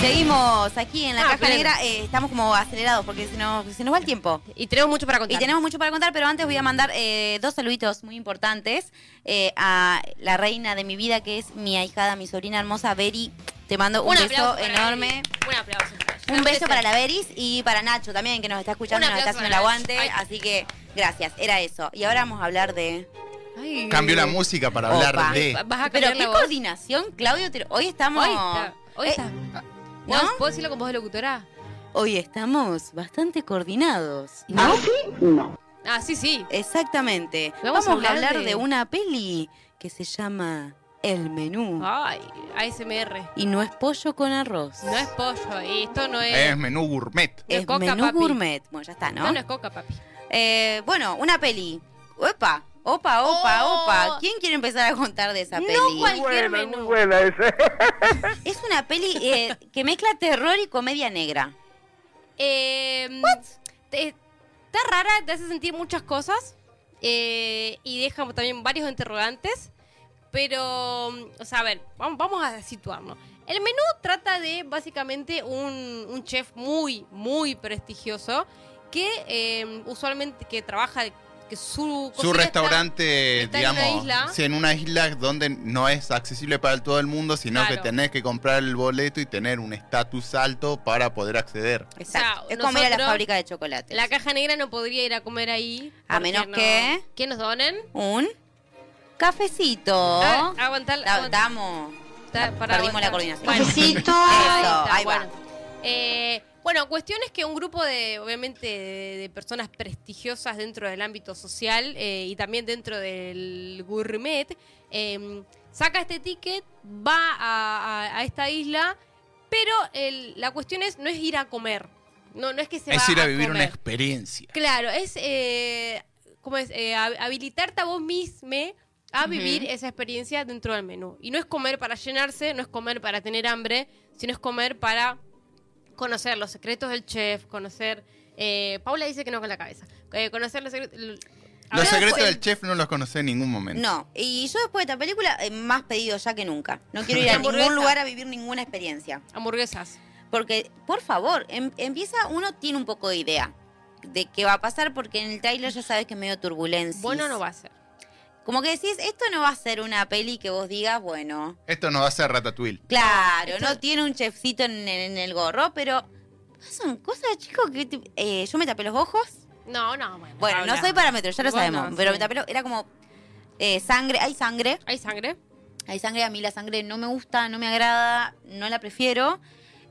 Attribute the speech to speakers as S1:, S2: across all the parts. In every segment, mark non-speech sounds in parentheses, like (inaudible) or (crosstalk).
S1: Seguimos aquí en la
S2: Ah,
S1: caja
S2: pleno.
S1: negra. eh, estamos como acelerados porque se nos, se nos va el tiempo.
S2: Y tenemos mucho para contar.
S1: Y tenemos mucho para contar, pero antes voy a mandar eh, dos saluditos muy importantes eh, a la reina de mi vida, que es mi ahijada, mi sobrina hermosa, Beri. Te mando un, beso
S2: aplauso para
S1: enorme.
S2: Beli. Un aplauso.
S1: Un beso para la Beris y para Nacho también, que nos está escuchando,
S2: Un
S1: nos está
S2: aplauso
S1: haciendo el
S2: para
S1: aguante.
S2: Nacho. Ay.
S1: Así que gracias, era eso. Y ahora vamos a hablar de...
S2: Ay.
S3: Cambió la música para hablar
S1: Opa.
S3: de.
S2: Vas a
S1: Pero
S2: cambiar
S1: qué
S2: la voz.
S1: coordinación, Claudio. te lo- Hoy estamos...
S2: Hoy está. Hoy
S1: Eh,
S2: está.
S1: ¿no?
S2: ¿No? ¿Puedo decirlo con voz de locutora?
S1: hoy estamos bastante coordinados.
S2: Ah, sí, sí.
S1: Exactamente. Vamos, a hablar de... una peli que se llama El Menú.
S2: Ay, ASMR.
S1: Y no es pollo con arroz.
S2: No es pollo. y Esto no es.
S3: eh, Es menú gourmet.
S2: no es
S1: Es
S2: coca,
S1: menú
S2: papi.
S1: gourmet. Bueno, ya está, ¿no?
S2: Esto no es coca, papi.
S1: Eh, bueno, una peli. Opa, opa, opa,
S2: Oh.
S1: opa. ¿Quién quiere empezar a contar de esa peli?
S2: No cualquier menú.
S1: Es una peli eh, que mezcla terror y comedia negra.
S2: Eh, te- está rara, te hace sentir muchas cosas eh, y deja también varios interrogantes. Pero, mm, o sea, a ver, vam- vamos, a situarnos. El menú trata de básicamente un, un chef muy, muy prestigioso que eh, usualmente que trabaja, que su,
S3: Su
S2: cocina está-
S3: restaurante,
S2: está en una
S3: digamos,
S2: isla.
S3: sí, en una isla donde no es accesible para todo el mundo, sino
S2: Claro.
S3: que tenés que comprar el boleto y tener un estatus alto para poder acceder.
S1: Exacto.
S2: O sea,
S1: es como ir a la
S2: nosotros-
S1: fábrica de chocolates.
S2: La caja negra no podría ir a comer ahí.
S1: A
S2: porque
S1: menos que-
S2: Que nos donen.
S1: Un cafecito.
S2: Ah, aguantar,
S1: La-
S2: aguantar-
S1: damos.
S2: Ta- para
S1: Perdimos la
S2: aguantar.
S1: coordinación.
S2: Bueno.
S1: Cafecito.
S2: Eso,
S1: Ahí va.
S2: Bueno. Eh, bueno, cuestión es que un grupo de, obviamente, de, de personas prestigiosas dentro del ámbito social eh, y también dentro del gourmet, eh, saca este ticket, va a, a- a esta isla, pero el- la cuestión es, no es ir a comer. No, no es que se
S3: es
S2: va
S3: ir a vivir una
S2: comer.
S3: experiencia.
S2: Claro, es, eh, ¿cómo es? Eh, hab- habilitarte a vos mismo a vivir
S1: Ujú.
S2: esa experiencia dentro del menú. Y no es comer para llenarse, no es comer para tener hambre, sino es comer para conocer los secretos del chef, conocer... eh, Paula dice que no con la cabeza. Eh, conocer los secretos... l-
S3: Los
S2: Ahora,
S3: secretos
S2: el-
S3: del chef no los conocé en ningún momento.
S1: No, y yo después de esta película, eh, más pedido ya que nunca. No quiero
S2: (laughs)
S1: ir a
S2: Hamburguesa.
S1: ningún lugar a vivir ninguna experiencia.
S2: Hamburguesas.
S1: Porque, por favor, em- empieza, uno tiene un poco de idea de qué va a pasar, porque en el trailer ya sabes que es medio turbulencia.
S2: Bueno, no va a ser.
S1: Como que decís, esto no va a ser una peli que vos digas, bueno.
S3: Esto nos va a hacer ratatouille.
S1: Claro,
S2: Esto-
S1: no tiene un chefcito en, en el gorro, pero son cosas, chicos, que te- eh, yo me tapé los ojos.
S2: No, no, bueno.
S1: Bueno,
S2: Paula.
S1: no soy parámetro, ya lo
S2: Bueno,
S1: sabemos, pero
S2: sí.
S1: me tapé los, era como eh, sangre, hay sangre,
S2: ¿Hay sangre?
S1: hay sangre, a mí la sangre no me gusta, no me agrada, no la prefiero.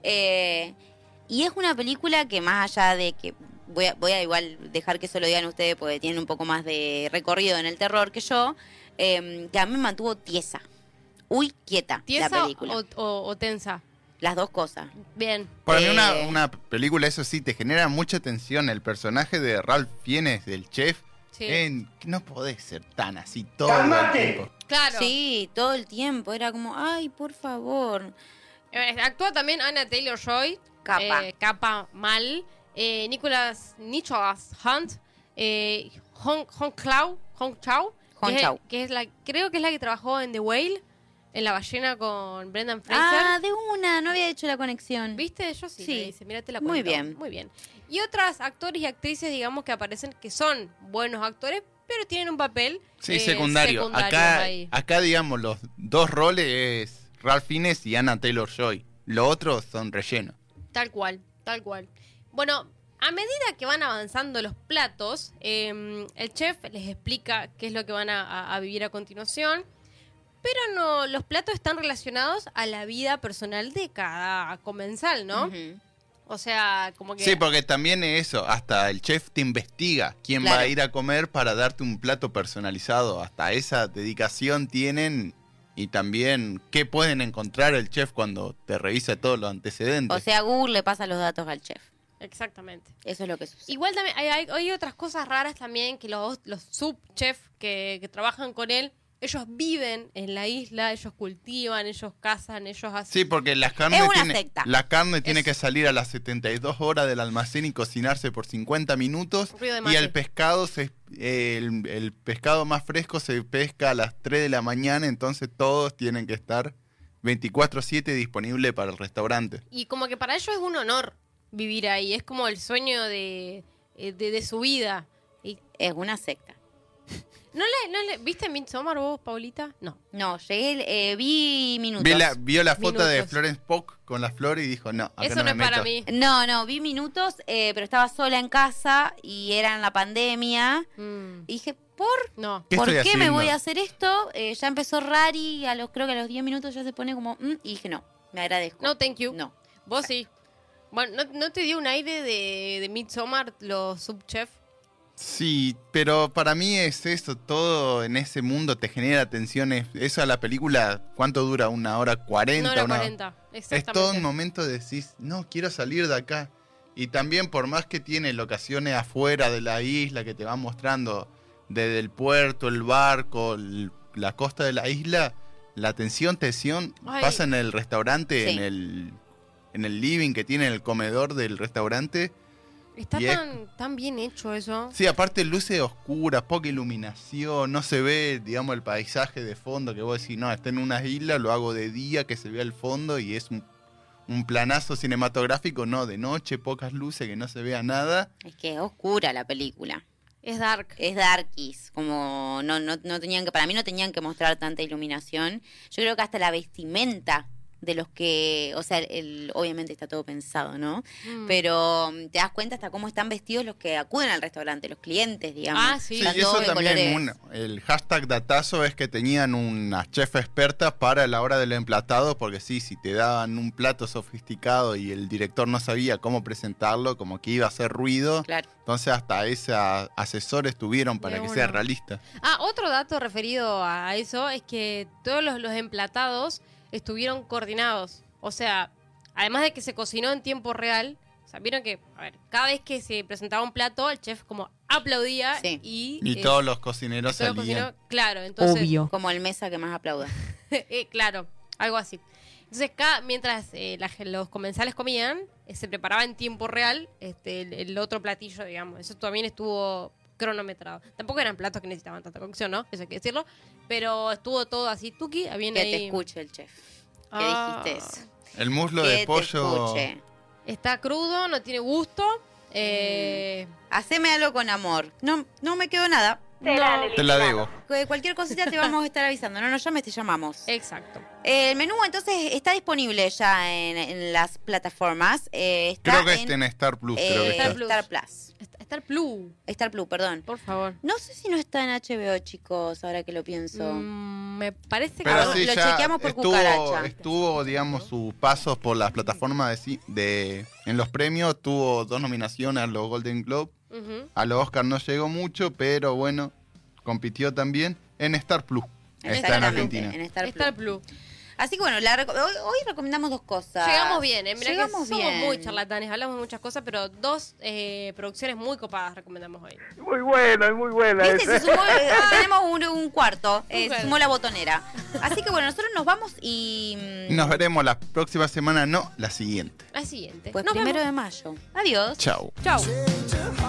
S1: Eh, y es una película que más allá de que voy a, voy a igual dejar que eso lo digan ustedes porque tienen un poco más de recorrido en el terror que yo, eh, que a mí me mantuvo tiesa. Uy, quieta la
S2: ¿Tiesa
S1: película.
S2: o, o- o tensa?
S1: Las dos cosas.
S2: Bien.
S3: Para mí una,
S1: Eh.
S3: una película, eso sí, te genera mucha tensión. El personaje de Ralph Fiennes, del chef,
S2: Sí.
S3: en- no podés ser tan así todo el tiempo.
S2: Claro.
S1: Sí, todo el tiempo. Era como, ay, por favor.
S2: Eh, Actúa también Anna Taylor Joy.
S1: Capa.
S2: eh, capa mal. Eh, Nicholas, Nicholas Hunt. Eh, Hong, Hong Clau. Hong Chau.
S1: Hong
S2: que es-
S1: Chau.
S2: que es la, creo que es la que trabajó en The Whale. En La Ballena con Brendan Fraser.
S1: Ah, de una, no había hecho la conexión.
S2: ¿Viste? Yo sí.
S1: Sí.
S2: le hice, mirá, te la
S1: Muy
S2: cuento.
S1: bien.
S2: Muy bien. Y otras actores y actrices, digamos, que aparecen que son buenos actores, pero tienen un papel.
S3: Sí,
S2: eh,
S3: secundario.
S2: secundario
S3: acá,
S2: ahí.
S3: acá, digamos, los dos roles es Ralph Fiennes y Anna Taylor-Joy. Lo otro son relleno.
S2: Tal cual, tal cual. Bueno, a medida que van avanzando los platos, eh, el chef les explica qué es lo que van a, a- a vivir a continuación. Pero no, los platos están relacionados a la vida personal de cada comensal, ¿no?
S1: Ujú.
S2: O sea, como que.
S3: Sí, porque también es eso, hasta el chef te investiga quién va a
S1: Claro.
S3: ir a comer para darte un plato personalizado. Hasta esa dedicación tienen y también qué pueden encontrar el chef cuando te revisa todos los antecedentes.
S1: O sea, Google le pasa los datos al chef.
S2: Exactamente.
S1: Eso es lo que sucede.
S2: Igual también hay, hay- hay otras cosas raras también que los, los subchefs que, que trabajan con él, ellos viven en la isla, ellos cultivan, ellos cazan, ellos hacen.
S3: Sí, porque las carnes
S1: una
S3: tiene-
S1: secta.
S3: la carne tiene
S2: Es-
S3: que salir a las 72 horas del almacén y cocinarse por 50 minutos.
S2: Ruido de
S3: Y
S2: mate.
S3: el pescado, se, el, el pescado más fresco se pesca a las 3 de la mañana, entonces todos tienen que estar 24-7 disponible para el restaurante.
S2: Y como que para ellos es un honor vivir ahí, es como el sueño de, eh, de, de su vida. Y
S1: Es una secta.
S2: ¿No le, no le, ¿Viste Midsommar vos, Paulita? No.
S1: No, llegué, eh, vi minutos.
S3: Vi la- vio la foto de
S2: Minutos.
S3: Florence Pugh con la flor y dijo, Ah, no, acá
S2: Eso no,
S3: me
S2: es para
S3: meto".
S2: mí.
S1: No, no, vi minutos, eh, pero estaba sola en casa y era en la pandemia.
S2: Mm,
S1: Y dije, ¿por
S2: no.
S3: ¿Qué
S1: ¿Por
S3: estoy
S1: qué me
S3: haciendo?
S1: voy a hacer esto? Eh, ya empezó Rari, a los, creo que a los 10 minutos ya se pone como, "Mm", y dije, no, me agradezco.
S2: No, thank you.
S1: No.
S2: Vos sí. Bueno, ¿no, no te dio un aire de, de Midsommar los subchef?
S3: Sí, pero para mí es eso, todo en ese mundo te genera tensiones. Eso a la película, ¿cuánto dura? ¿Una hora cuarenta?
S2: No era
S3: una-
S2: 40.
S3: Es
S2: Exactamente.
S3: todo un momento de decís, no, quiero salir de acá. Y también por más que tiene locaciones afuera de la isla que te van mostrando, desde el puerto, el barco, el- la costa de la isla, la tensión, tensión
S2: Ay.
S3: pasa en el restaurante,
S1: Sí.
S3: en, el, en el living que tiene en el comedor del restaurante.
S2: Está
S3: y es-
S2: tan, tan bien hecho eso.
S3: Sí, aparte luces oscuras, poca iluminación, no se ve, digamos, el paisaje de fondo que vos decís, no, está en una isla, lo hago de día, que se vea el fondo y es un, un planazo cinematográfico, no, de noche, pocas luces, que no se vea nada.
S1: Es que es oscura la película.
S2: Es dark.
S1: Es darkies, como no, no, no tenían que, para mí no tenían que mostrar tanta iluminación. Yo creo que hasta la vestimenta de los que, o sea, el- obviamente está todo pensado, ¿no?
S2: Mm.
S1: Pero mm, te das cuenta hasta cómo están vestidos los que acuden al restaurante, los clientes, digamos.
S2: Ah, sí.
S3: Sí,
S1: Están
S3: eso
S1: todos de
S3: también,
S1: colores.
S3: una- el hashtag datazo es que tenían unas chef expertas para la hora del emplatado, porque sí, si te daban un plato sofisticado y el director no sabía cómo presentarlo, como que iba a hacer ruido,
S1: Claro.
S3: entonces hasta esos asesores tuvieron para
S2: De
S3: que
S2: una.
S3: sea realista.
S2: Ah, otro dato referido a eso es que todos los, los emplatados estuvieron coordinados. O sea, además de que se cocinó en tiempo real, o sea, vieron que, a ver, cada vez que se presentaba un plato, el chef como aplaudía
S1: Sí.
S2: y...
S3: Y
S2: eh,
S3: todos los cocineros
S2: todo lo
S3: salían.
S2: cocinó. Claro, entonces...
S4: Obvio.
S1: Como el mesa que más aplauda.
S2: eh, (laughs) claro, algo así. Entonces, cada, mientras eh, la gen- los comensales comían, eh, se preparaba en tiempo real este, el, el otro platillo, digamos. Eso también estuvo cronometrado. Tampoco eran platos que necesitaban tanta cocción, ¿no? Eso hay que decirlo. Pero estuvo todo así, tuki. Habían
S1: Que
S2: ahí-
S1: te escuche el chef. Que
S2: Ah,
S1: dijiste eso.
S3: El muslo
S1: que
S3: de
S1: te
S3: pollo.
S1: escuche.
S2: Está crudo, no tiene gusto. eh,
S1: Haceme algo con amor. No, no me quedó nada.
S2: no-
S3: Te la debo.
S1: Que Cualquier cosita te vamos a estar avisando. No nos llames, te
S2: Eh.
S1: llamamos. Eh,
S2: Exacto.
S1: El menú entonces está disponible ya en, en las plataformas. Eh, está
S3: Creo que
S1: en,
S3: está en Star Plus, creo que
S1: eh,
S3: está.
S2: Plus.
S1: Star Plus.
S2: Está, está el blue,
S1: Star Plus, perdón.
S2: por favor.
S1: No sé si no está en HBO, chicos, ahora que lo pienso.
S2: Mm, me parece que...
S3: Pero
S1: Ahora,
S3: sí,
S1: lo
S3: ya
S1: chequeamos por
S3: estuvo,
S1: cucaracha.
S3: estuvo, digamos, sus pasos por las plataformas de, ci- de- en los premios. Tuvo dos nominaciones a los Golden Globe.
S2: Ujú.
S3: A los Oscar no llegó mucho, pero bueno, compitió también en Star Plus. Está en
S1: Exactamente,
S3: Argentina.
S1: En Star
S2: Está el
S1: Plus.
S2: blue.
S1: Así que bueno, la reco- hoy, hoy recomendamos dos cosas.
S2: Llegamos bien, ¿eh? Mirá que
S1: Llegamos
S2: somos
S1: bien.
S2: muy charlatanes, hablamos muchas cosas, pero dos eh, producciones muy copadas recomendamos hoy.
S5: Muy buena, es muy buena.
S1: Viste, se
S5: esa.
S3: (laughs)
S1: sumó, eh, tenemos un, un cuarto, eh, se
S2: cuarto.
S1: sumó la botonera. Así que bueno, nosotros nos vamos y... mm,
S3: Nos veremos la próxima semana, no, la siguiente.
S2: La siguiente.
S1: Pues
S2: Nos
S1: primero
S2: vemos.
S1: de mayo. Adiós.
S3: Chau.
S2: Chau.
S6: Change your heart.